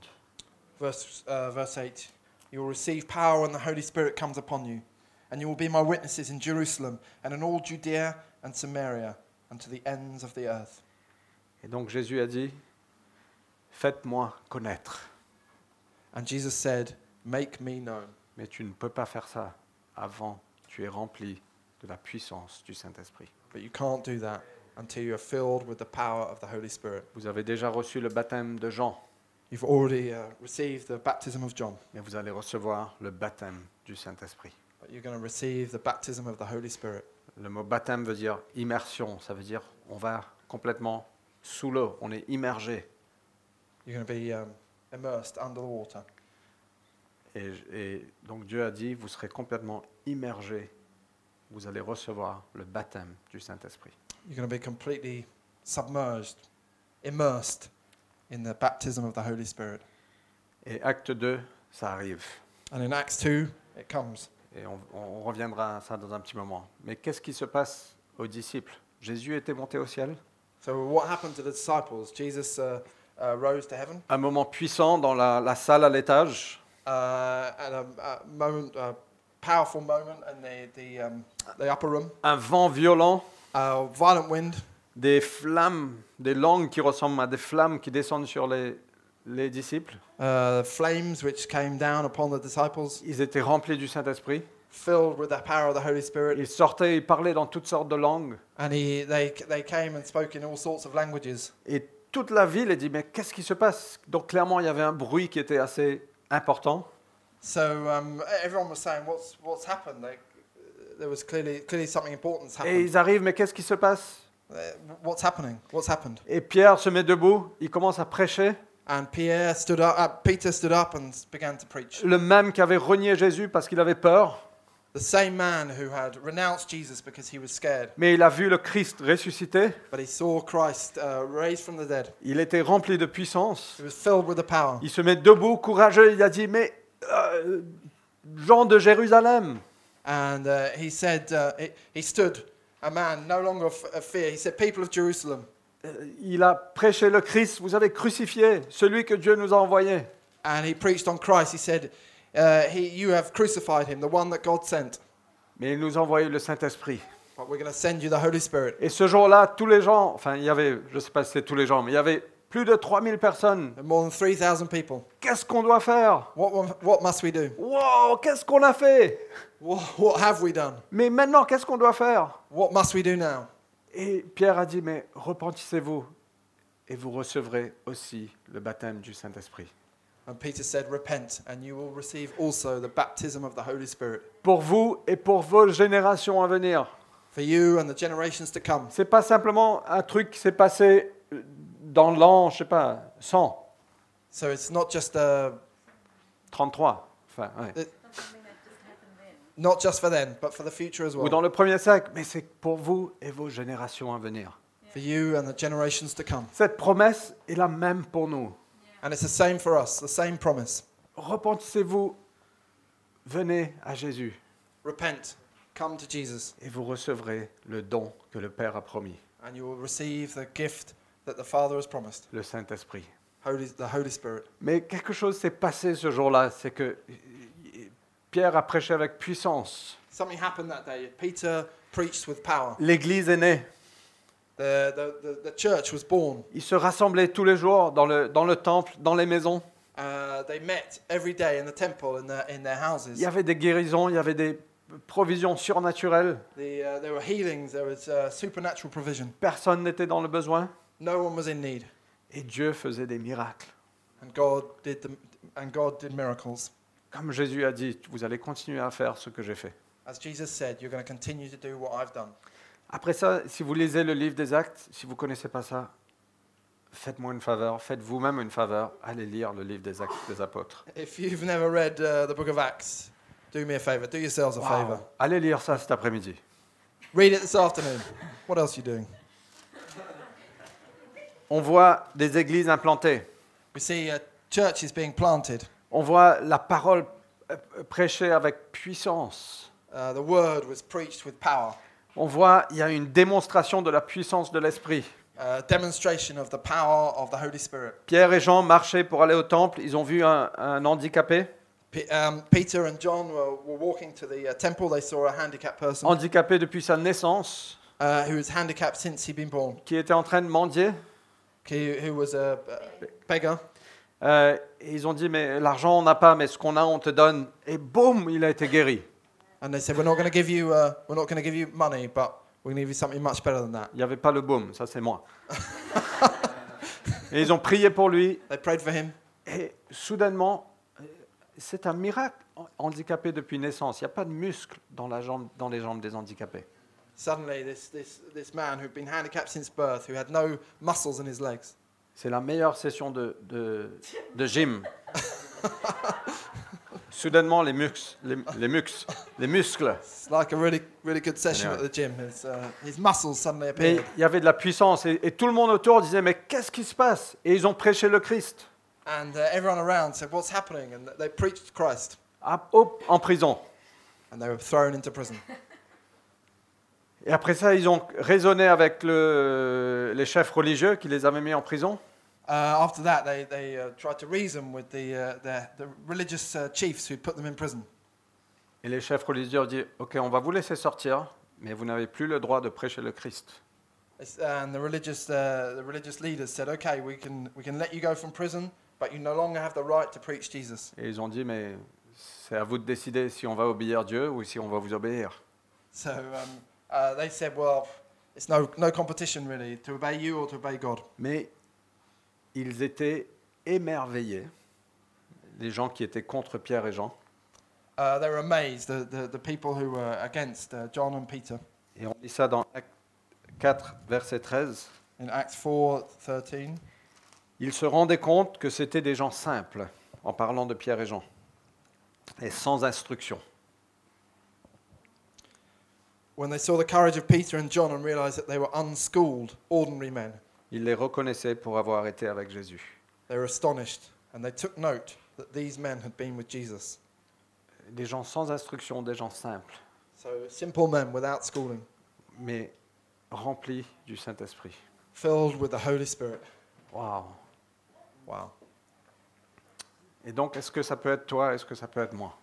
Verse, uh, verse 8 You will receive power when the Holy Spirit comes upon you, and you will be my witnesses in Jerusalem and in all Judea and Samaria and to the ends of the earth.
Et donc Jésus a dit, faites-moi connaître.
And Jesus said, Make me known.
Mais tu ne peux pas faire ça avant tu es rempli de la puissance du Saint-Esprit.
But you can't do that until you are filled with the power of the Holy Spirit.
Vous avez déjà reçu le baptême de Jean,
You've already uh, received the baptism of John,
mais vous allez recevoir le baptême du Saint-Esprit.
but you're going to receive the baptism of the Holy Spirit.
Le mot baptême veut dire immersion, ça veut dire on va complètement sous l'eau, on est immergé.
You're going to be um, immersed under the water.
Et, et donc Dieu a dit, vous serez complètement immergé, vous allez recevoir le baptême du Saint-Esprit.
You're going to be completely submerged, immersed in the baptism of the Holy Spirit.
Et acte 2, ça arrive.
And in Acts 2, it comes.
Et on, on reviendra à ça dans un petit moment. Mais qu'est-ce qui se passe aux disciples Jésus était monté au ciel.
So, what happened to the disciples? Jesus uh, uh, rose to heaven
Un moment puissant dans la, la salle à l'étage.
uh, at a, a moment, a powerful moment in the, the, um, the upper room,
Un vent violent,
uh, violent wind.
des flammes, des langues qui ressemblent à des flammes qui descendent sur les, les disciples.
uh, flames which came down upon the disciples,
Ils étaient remplis du Saint-Esprit.
filled with the power of the Holy Spirit,
Ils sortaient, ils parlaient dans toutes sortes de langues.
and he, they, they came and spoke in all sorts of languages.
Et toute la ville a dit, mais qu'est-ce qui se passe Donc clairement, il y avait un bruit qui était assez important.
So um, everyone was saying, "What's what's happened?" Like, there was clearly clearly something important's
Et
happened.
ils arrivent, mais qu'est-ce qui se passe
Uh, What's happening? What's happened?
Et Pierre se met debout, il commence à prêcher.
And Pierre stood up. Uh, Peter stood up and began to preach.
Le même qui avait renié Jésus parce qu'il avait peur,
The same man who had renounced Jesus because he was scared,
mais il a vu le Christ ressuscité.
but he saw Christ uh, raised from the dead.
Il était rempli de puissance.
He was filled with the power.
Il se met debout, courageux. Il a dit, mais euh, Jean de Jérusalem,
And uh, he said, uh, he, he stood, a man no longer of, of fear. He said, People of Jerusalem.
euh, il a prêché le Christ, vous avez crucifié celui que Dieu nous a envoyé.
And he preached on Christ. He said, uh, he, You have crucified him, the one that God sent,
Mais il nous a envoyé le Saint-Esprit.
but we're going to send you the Holy Spirit.
Et ce jour-là, tous les gens, enfin, il y avait, je ne sais pas si c'est tous les gens, mais il y avait plus de 3000 personnes.
And more than 3,000 people.
Qu'est-ce qu'on doit faire
What, what, what must we do?
Wow, qu'est-ce qu'on a fait
What, what have we done?
Mais maintenant, qu'est-ce qu'on doit faire
What must we do now?
Et Pierre a dit, mais repentissez-vous et vous recevrez aussi le baptême du Saint-Esprit.
And Peter said, Repent, and you will receive also the baptism of the Holy Spirit
Pour vous et pour vos générations à venir.
for you and the generations to come.
C'est pas simplement un truc qui s'est passé dans l'an, je sais pas, 100,
So it's not just, uh,
33, enfin, ouais.
something that just happened then.
not just for them, but for the future as
ou dans
well.
le premier siècle, mais c'est pour vous et vos générations à venir.
For you and the generations to come.
Cette promesse est la même pour nous.
And it's the same for us, the same promise.
Repentissez-vous, venez à Jésus
Repent, come to Jesus,
et vous recevrez le don que le Père a promis,
and you will receive the gift that the Father has promised
le Saint-Esprit.
Holy, the Holy Spirit.
Mais quelque chose s'est passé ce jour-là, c'est que euh, Pierre a prêché avec puissance.
Something happened that day. Peter preached with power.
L'Église est née.
The, the, the, the church was born.
Ils se rassemblaient tous les jours dans le, dans le temple, dans les maisons.
Uh, they met every day in the temple, in their, in their houses.
Il y avait des guérisons, il y avait des provisions surnaturelles.
The, uh, there were healings, there was uh, supernatural provision.
Personne n'était dans le besoin.
No one was in need.
Et Dieu faisait des miracles.
And God did, the, and God did miracles.
Comme Jésus a dit, vous allez continuer à faire ce que j'ai fait.
As Jesus said, you're going to continue to do what I've done.
Après ça, si vous lisez le livre des actes, si vous ne connaissez pas ça, faites-moi une faveur, faites vous-même une faveur, allez lire le livre des actes des apôtres.
If you've never read uh, the book of Acts, do me a favor. Do yourselves a favor.
Wow. Allez lire ça cet après-midi.
Read it this afternoon. What else are you doing?
On voit des églises implantées,
We see uh, churches being planted,
on voit la parole euh, prêchée avec puissance,
uh, the word was preached with power,
on voit il y a une démonstration de la puissance de l'esprit.
uh, demonstration of the power of the Holy Spirit.
Pierre et Jean marchaient pour aller au temple, ils ont vu un, un handicapé.
P- um, Peter and John were, were walking to the uh, temple. They saw a handicapped person
handicapé depuis sa naissance,
uh, who was handicapped since he'd been born,
qui était en train de mendier.
who, who was a uh, beggar.
Euh, et ils ont dit, mais l'argent, on n'a pas, mais ce qu'on a, on te donne. Et boum, il a été guéri.
And they said, "We're not going to give you, uh, we're not going to give you money, but we're going to give you something much better than that."
Il n'y avait pas le boum, ça c'est moi. et ils ont prié pour lui.
They prayed for him.
Et soudainement, euh, c'est un miracle. Handicapé depuis naissance, il n'y a pas de muscle dans, la jambe, dans les jambes des handicapés.
Suddenly, this, this, this man who'd been handicapped since birth, who had no muscles in his legs,
C'est la meilleure session de, de, de gym. soudainement, les, mux, les, les mux- les muscles.
it's like a really, really good session
Yeah.
at the gym. His, uh, his muscles suddenly
Mais
appeared.
il y avait de la puissance et, et tout le monde autour disait mais qu'est-ce qui se passe Et ils ont prêché le Christ
And uh, everyone around said, What's happening? And they preached Christ.
à- au- Ah, en prison.
And they were thrown into prison.
Et après ça, ils ont raisonné avec le- les chefs religieux qui les avaient mis en prison.
Uh, after that, they, they uh, tried to reason with the, uh, the, the religious uh, chiefs who put them in prison.
Et les chefs religieux ont dit Ok, on va vous laisser sortir, mais vous n'avez plus le droit de prêcher le Christ.
It's- And the religious, uh, the religious leaders said, Okay, we can, we can let you go from prison, but you no longer have the right to preach Jesus.
Et ils ont dit Mais c'est à vous de décider si on va obéir Dieu ou si on va vous obéir.
So um, uh, they said, Well, it's no, no competition really to obey you or to obey God.
Mais ils étaient émerveillés, les gens qui étaient contre Pierre et Jean.
Uh, they were amazed, the, the, the people who were against uh, John and Peter.
Et on lit ça dans Acte 4, verset 13.
In Acts 4:13,
Ils se rendaient compte que c'était des gens simples, en parlant de Pierre et Jean, et sans instruction.
when they saw the courage of Peter and John and realized that they were unschooled, ordinary men,
Ils les reconnaissaient pour avoir été avec Jésus.
they were astonished and they took note that these men had been with Jesus.
Des gens sans instruction, des gens simples,
So simple men without schooling,
mais remplis du Saint-Esprit.
filled with the Holy Spirit.
Waouh
Wow.
Et donc, est-ce que ça peut être toi Est-ce que ça peut être moi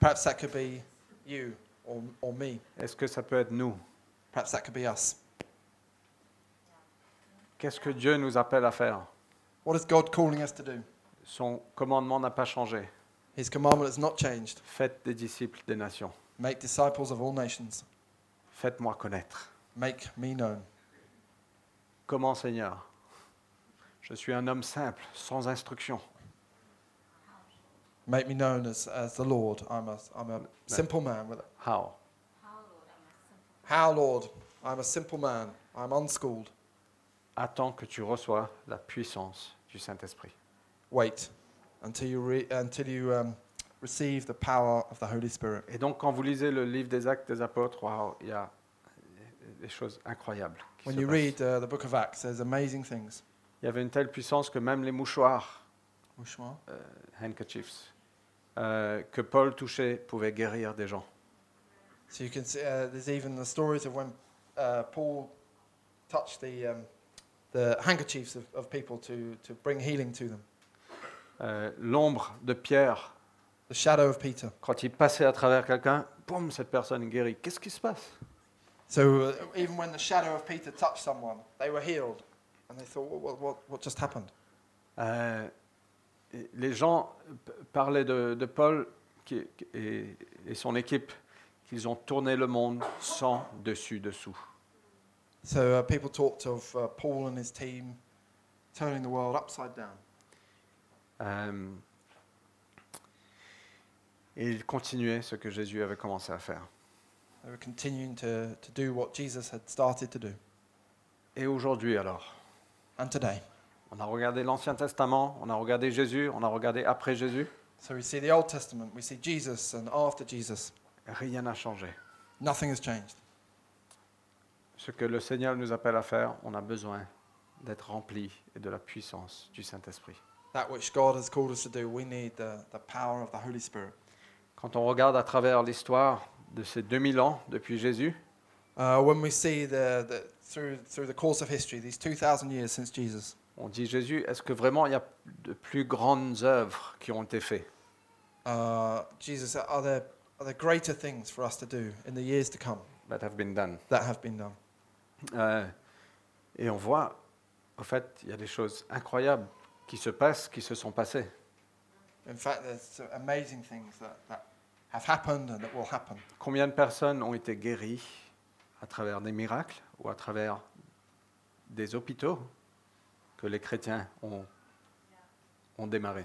Perhaps that could be you or, or me.
Est-ce que ça peut être nous
Perhaps that could be us.
Qu'est-ce que Dieu nous appelle à faire
What is God calling us to do?
Son commandement n'a pas changé.
His commandment has not changed.
Faites des disciples des nations.
Make disciples of all nations.
Faites-moi connaître.
Make me known.
Comment, Seigneur Je suis un homme simple, sans instruction.
Make me known as, as the Lord. I'm a, I'm a simple man. With,
How
How, Lord? I'm a simple man. I'm unschooled.
Attends que tu reçois la puissance du Saint-Esprit.
Wait until you, re- until you um, receive the power of the Holy Spirit.
Et donc, quand vous lisez le livre des Actes des Apôtres, waouh, il y a des choses incroyables. qui
When
se
you
passent.
read uh, the book of Acts, there's amazing things.
Il y avait une telle puissance que même les mouchoirs,
Which one?
euh, handkerchiefs, euh, que Paul touchait pouvaient guérir des gens.
So you can see uh, there's even the stories of when uh, Paul touched the, um, the handkerchiefs of, of people to, to bring healing to them.
Euh, L'ombre de Pierre
the shadow of Peter.
Quand il passait à travers quelqu'un, boum, cette personne est guérie. Qu'est-ce qui se passe
So uh, even when the shadow of Peter touched someone, they were healed. And they thought, what, what, what, what just happened?
Euh, Les gens p- parlaient de, de Paul qui- qui- et, et son équipe qu'ils ont tourné le monde sans dessus-dessous.
So uh, people talked of uh, Paul and his team turning the world upside down.
Euh, et ils continuaient ce que Jésus avait commencé à faire.
They were continuing to, to do what Jesus had started to do.
Et aujourd'hui alors
And today.
On a regardé l'Ancien Testament, on a regardé Jésus, on a regardé après Jésus.
So we see the Old Testament, we see Jesus and after Jesus.
Rien n'a changé.
Nothing has changed.
Ce que le Seigneur nous appelle à faire, on a besoin d'être rempli et de la puissance du Saint-Esprit.
That which God has called us to do, we need the, the power of the Holy Spirit.
Quand on regarde à travers l'histoire de ces 2000 ans depuis Jésus,
Uh, when we see the, the, through, through the course of history, these 2,000 years since Jesus,
on dit Jésus, est-ce que vraiment il y a de plus grandes œuvres qui ont été faites
uh, Jesus, are there, are there greater things for us to do in the years to come
That have been done.
that have been done?
Euh, et on voit, au fait, il y a des choses incroyables qui se passent, qui se sont passées.
In fact, there's amazing things that, that have happened and that will happen.
Combien de personnes ont été guéries à travers des miracles ou à travers des hôpitaux que les chrétiens ont, ont démarré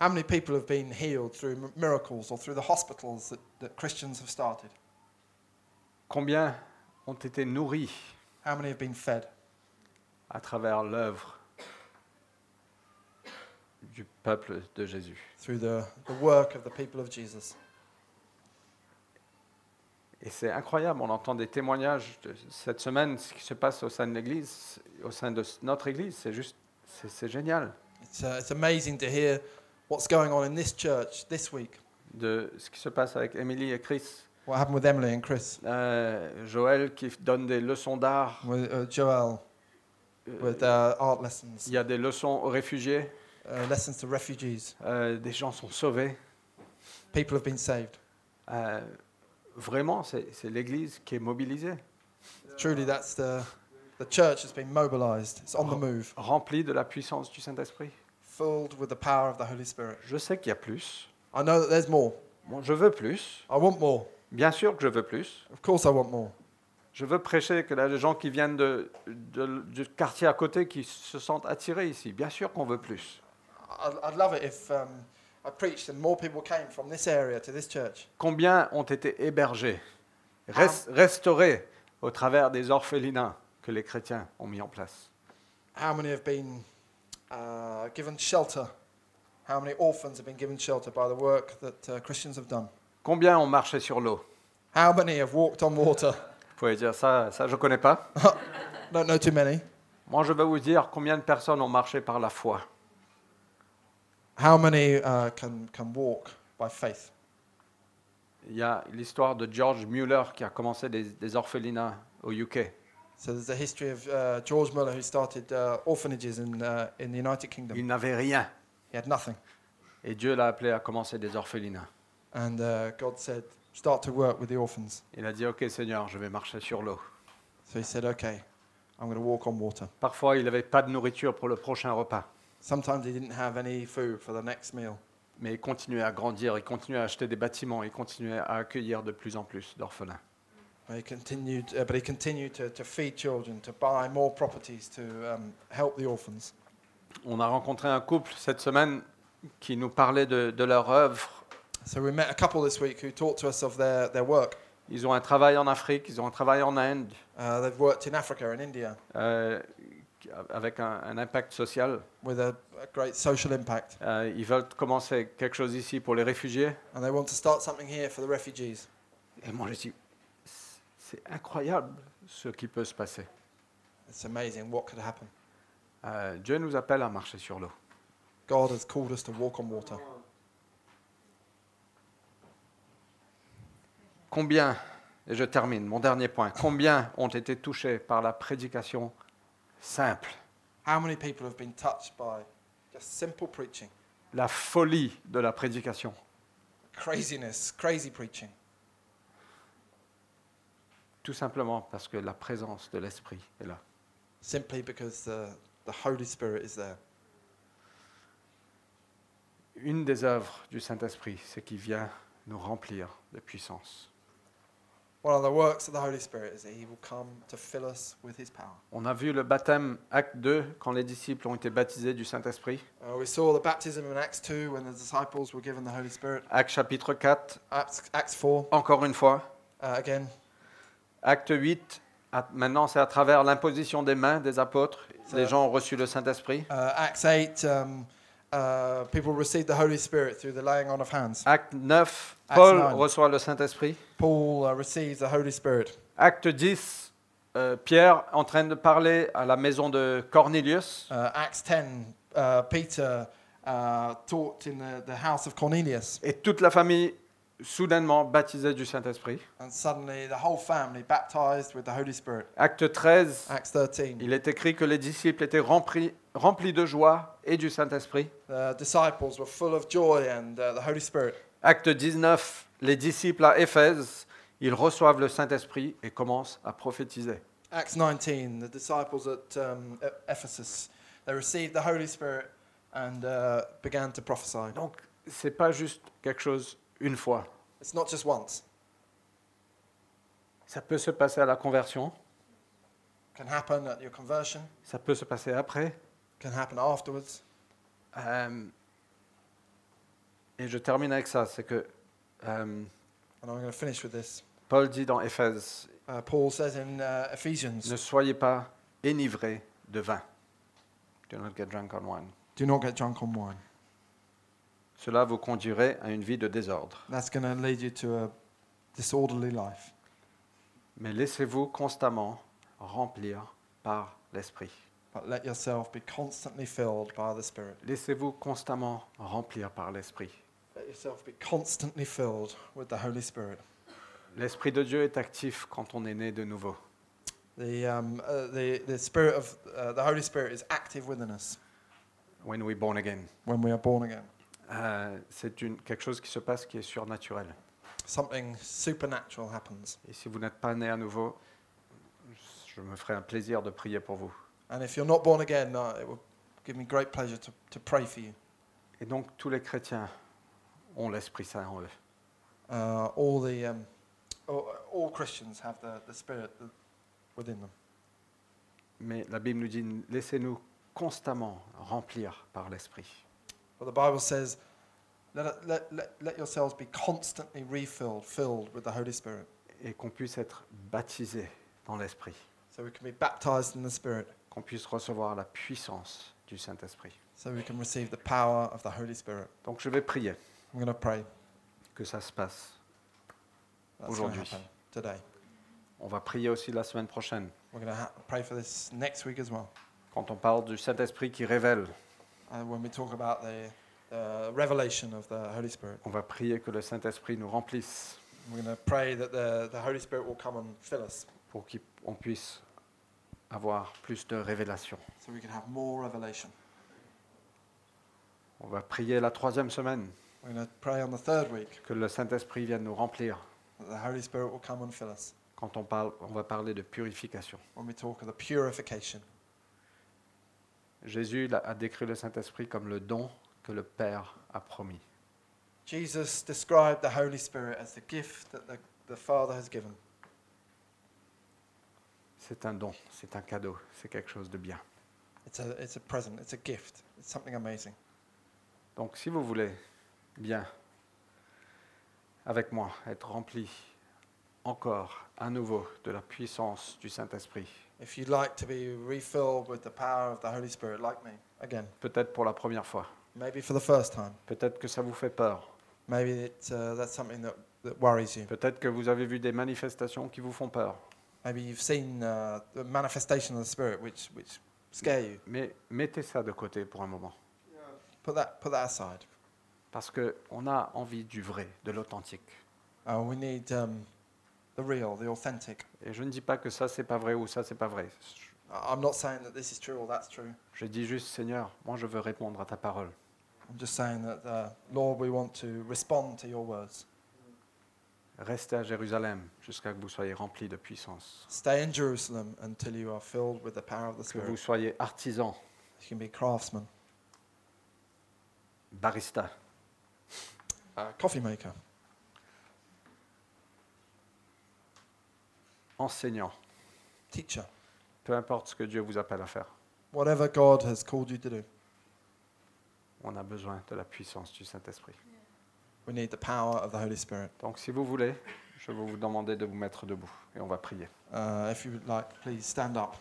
How many people have been healed through mi- miracles or through the hospitals that, that Christians have started?
Combien ont été nourris
How many have been fed
à travers l'œuvre du peuple de Jésus
through the, the work of the people of Jesus?
Et c'est incroyable, on entend des témoignages de cette semaine, ce qui se passe au sein de l'Église, au sein de notre Église, c'est juste, c'est- c'est génial
It's, uh, it's amazing to hear what's going on in this church this week.
de ce qui se passe avec Émilie et Chris.
What happened with Emily and Chris,
Euh, Joël qui donne des leçons d'art.
with uh, Joel,
Euh,
with uh, art
Il
lessons,
y a des leçons aux réfugiés.
uh, lessons to refugees.
Euh, des gens sont sauvés.
People have been saved.
Euh, vraiment, c'est c'est l'Église qui est mobilisée,
Truly, that's the, the church has been mobilized. It's on the
Oh.
move,
remplie de la puissance du Saint-Esprit.
filled with the power of the Holy Spirit.
Je sais qu'il y a plus.
I know that there's more.
Bon, je veux plus.
I want more.
Bien sûr que je veux plus.
Of course, I want more.
Je veux prêcher que là, les gens qui viennent de, de- du quartier à côté qui se sentent attirés ici. Bien sûr qu'on veut plus.
I'd, I'd love it if um, I preached and more people came from this area to this church.
Combien ont été hébergés, res- restaurés au travers des orphelinats que les chrétiens ont mis en place
How many have been uh, given shelter? How many orphans have been given shelter by the work that uh, Christians have done?
Combien ont marché sur l'eau
How many have walked on water?
Vous pouvez dire ça, ça je ne connais pas.
Don't know too many.
Moi, je vais vous dire combien de personnes ont marché par la foi.
How many uh, can, can walk by faith?
Il y a l'histoire de George Mueller qui a commencé des, des orphelinats au UK.
So there's a history of uh, George Muller who started uh, orphanages in, uh, in the United Kingdom.
Il n'avait rien.
He had nothing.
Et Dieu l'a appelé à commencer des orphelinats.
And uh, God said, start to work with the orphans.
Il a dit, OK Seigneur, je vais marcher sur l'eau.
So he said, okay, I'm going to walk on water.
Parfois, il n'avait pas de nourriture pour le prochain repas.
Sometimes he didn't have any food for the next meal.
Mais il continuait à grandir, il continuait à acheter des bâtiments, il continuait à accueillir de plus en plus d'orphelins.
But he continued, uh, but he continued to, to feed children, to buy more properties, to um, help the orphans.
On a rencontré un couple cette semaine qui nous parlait de, de leur œuvre.
So we met a couple this week who talked to us of their, their work.
Ils ont un travail en Afrique, ils ont un travail en Inde.
Uh, they've worked in Africa and India
euh, avec un, un impact social.
with a, a great social impact,
Euh, ils veulent commencer quelque chose ici pour les réfugiés.
and they want to start something here for the refugees.
Et moi, je dis, c'est incroyable ce qui peut se passer.
It's amazing what could happen.
Euh, Dieu nous appelle à marcher sur l'eau.
God has called us to walk on water.
Combien, et je termine, mon dernier point, combien ont été touchés par la prédication simple,
How many people have been touched by just simple preaching,
la folie de la prédication
Craziness, crazy preaching.
Tout simplement parce que la présence de l'Esprit est là.
Simply because the, the Holy Spirit is there.
Une des œuvres du Saint-Esprit, c'est qu'il vient nous remplir de puissance.
One of the works of the Holy Spirit is that He will come to fill us with His power.
On a vu le baptême acte 2 quand les disciples ont été baptisés du Saint-Esprit.
Uh, we saw the baptism in Acts 2 when the disciples were given the Holy Spirit.
Acte chapitre 4,
Acts, Acts 4,
encore une fois.
uh, again.
Acte 8, à- maintenant c'est à travers l'imposition des mains des apôtres,
Ça-
les gens ont reçu le Saint-Esprit.
Uh, Acts 8, um, uh, people received the Holy Spirit through the laying on of hands.
Acte 9,
Acte
Paul
9.
reçoit le Saint-Esprit.
Paul uh, receives the Holy Spirit.
Acte 10, euh, Pierre en train de parler à la maison de Cornelius.
Uh, Acts 10, uh, Peter uh, taught in the, the house of Cornelius,
Et toute la famille, soudainement baptisée du Saint-Esprit.
and suddenly the whole family baptized with the Holy Spirit.
Acte 13,
Acts 13,
il est écrit que les disciples étaient remplis, remplis de joie et du Saint-Esprit.
the disciples were full of joy and uh, the Holy Spirit.
Acte 19, les disciples à Éphèse, ils reçoivent le Saint-Esprit et commencent à prophétiser.
Acts 19, the disciples at, um, at Ephesus, they received the Holy Spirit and uh, began to prophesy.
Donc, c'est pas juste quelque chose une fois.
It's not just once,
Ça peut se passer à la conversion,
it can happen at your conversion,
ça peut se passer après.
it can happen afterwards.
Euh, et je termine avec ça, c'est que euh,
And I'm going to finish with this.
Paul dit dans Éphèse,
Uh, Paul says in uh, Ephesians,
ne soyez pas enivrés de vin. Do not get drunk on wine.
do not get drunk on wine.
Cela vous conduirait à une vie de désordre.
That's going to lead you to a disorderly life.
Mais laissez-vous constamment remplir par l'Esprit.
But let yourself be constantly filled by the Spirit.
Laissez-vous constamment remplir par l'Esprit.
Let yourself be constantly filled with the Holy Spirit.
L'Esprit de Dieu est actif quand on est né de nouveau.
The, um, uh, the, the Spirit of uh, the Holy Spirit is active within us
When we're born again.
when we are born again.
Euh, c'est une- quelque chose qui se passe qui est surnaturel.
Something supernatural happens.
Et si vous n'êtes pas né à nouveau, je me ferai un plaisir de prier pour vous.
And if you're not born again, uh, it will give me great pleasure to, to pray for you.
Et donc tous les chrétiens ont l'Esprit Saint en eux.
Uh, all, the, um, all, all Christians have the, the Spirit th- within them.
Mais la Bible nous dit, laissez-nous constamment remplir par l'Esprit.
But the Bible says, let, let, let, let yourselves be constantly refilled, filled with the Holy Spirit.
Et qu'on puisse être baptisé dans l'Esprit.
So we can be baptized in the Spirit,
Qu'on puisse recevoir la puissance du Saint-Esprit.
so we can receive the power of the Holy Spirit.
Donc je vais prier
I'm going to pray.
que ça se passe.
That's going to
Aujourd'hui.
happen today.
On va prier aussi la semaine prochaine.
We're going to ha- pray for this next week as well.
Quand on parle du Saint-Esprit qui révèle,
And when we talk about the, the revelation of the Holy Spirit,
on va prier que le Saint-Esprit nous remplisse
we're going to pray that the, the Holy Spirit will come and fill us
pour qu'on puisse avoir plus de révélations.
so we can have more revelation.
On va prier la troisième semaine
We're going to pray on the third week
que le Saint-Esprit vienne nous remplir
that the Holy Spirit will come and fill us
quand on, parle, on va parler de purification.
when we talk of the purification.
Jésus l'a- a décrit le Saint-Esprit comme le don que le Père a promis.
Jesus described the Holy Spirit as the gift that the, the Father has given.
C'est un don, c'est un cadeau, c'est quelque chose de bien.
It's a, it's a present, it's a gift, it's something amazing.
Donc si vous voulez bien, avec moi, être rempli encore à nouveau de la puissance du Saint-Esprit,
If you'd like to be refilled with the power of the Holy Spirit, like me, again,
peut-être pour la première fois,
maybe for the first time,
peut-être que ça vous fait peur,
maybe it, uh, that's something that, that worries you.
peut-être que vous avez vu des manifestations qui vous font peur,
Maybe you've seen uh, the manifestation of the Spirit which, which scare you.
mais mettez ça de côté pour un moment,
Put that, put that aside.
parce qu'on a envie du vrai, de l'authentique.
Uh, we need um, the real, the authentic.
Et je ne dis pas que ça c'est pas vrai ou ça c'est pas vrai.
I- I'm not saying that this is true or that's true.
Je dis juste, Seigneur, moi je veux répondre à ta parole.
I'm just saying that, uh, Lord, we want to respond to your words.
Restez à Jérusalem jusqu'à ce que vous soyez remplis de puissance,
Stay in Jerusalem until you are filled with the power of the
que vous
Spirit.
soyez artisans,
You can be craftsman,
baristas.
a coffee maker,
enseignant,
teacher,
peu importe ce que Dieu vous appelle à faire.
whatever God has called you to do.
On a besoin de la puissance du Saint-Esprit.
We need the power of the Holy Spirit.
Donc si vous voulez, je vais vous demander de vous mettre debout et on va prier.
Uh, if you would like, please stand up.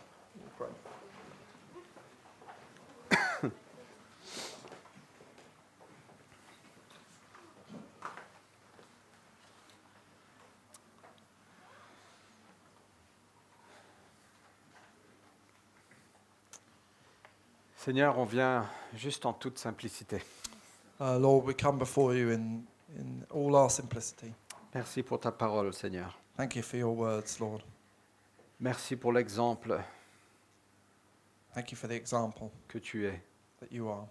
Seigneur, on vient juste en toute simplicité.
Uh, Lord, we come before you in, in all our simplicity.
Merci pour ta parole, Seigneur.
Thank you for your words, Lord.
Merci pour l'exemple
Thank you for the example
que tu es.
that you are.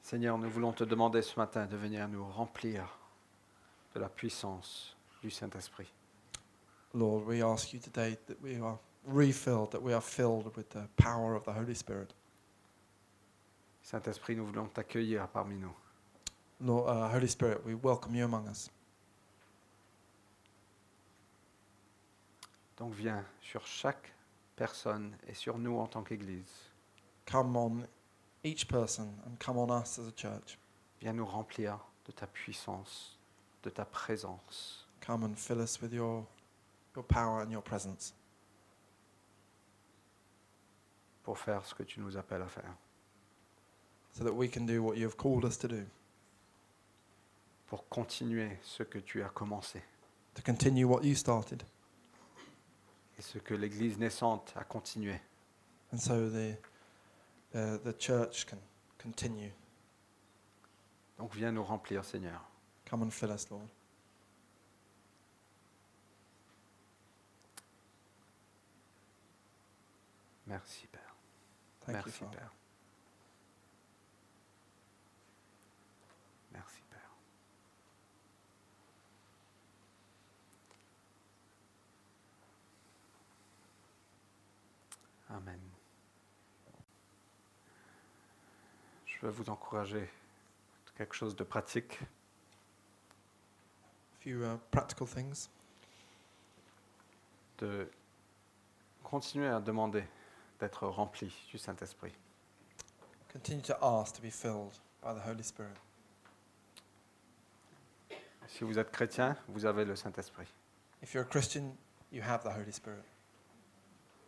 Seigneur, nous voulons te demander ce matin de venir nous remplir de la puissance du Saint-Esprit.
Lord, we ask you today that we are refilled, that we are filled with the power of the Holy Spirit.
Saint-Esprit, nous voulons t'accueillir parmi nous.
Lord, uh, Holy Spirit, we welcome you among us.
Donc viens sur chaque personne et sur nous en tant qu'Église.
Come on each person and come on us as a church.
Viens nous remplir de ta puissance, de ta présence.
Come and fill us with your, your power and your presence
pour faire ce que tu nous appelles à faire,
so that we can do what you have called us to do,
pour continuer ce que tu as commencé
to continue what you started.
et ce que l'Église naissante a continué.
And so the, uh, the church can continue.
Donc viens nous remplir, Seigneur.
Come and fill us, Lord.
Merci, Père.
Thank you,
Merci,
Father.
Père. Merci, Père. Amen. Je veux vous encourager de quelque chose de pratique.
A few uh, practical things.
de continuer à demander d'être rempli du Saint-Esprit.
Continue to ask to be filled by the Holy Spirit.
Si vous êtes chrétien, vous avez le Saint-Esprit.
If you're a Christian, you have the Holy Spirit.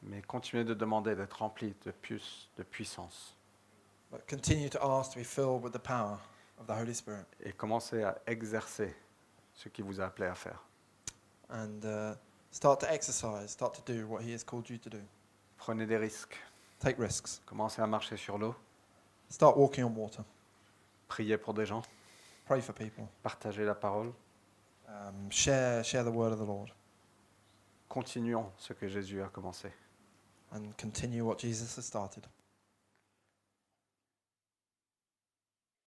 Mais continuez de demander d'être rempli de plus de puissance.
But continue to ask to be filled with the power of the Holy Spirit
Et commencez à exercer ce qui vous a appelé à faire.
and uh, start to exercise, start to do what He has called you to do.
Prenez des risques.
Take risks.
Commencez à marcher sur l'eau.
Start walking on water.
Priez pour des gens.
Pray for people.
Partagez la parole.
Um, share, share the word of the Lord
Continuons ce que Jésus a commencé.
and continue what Jesus has started.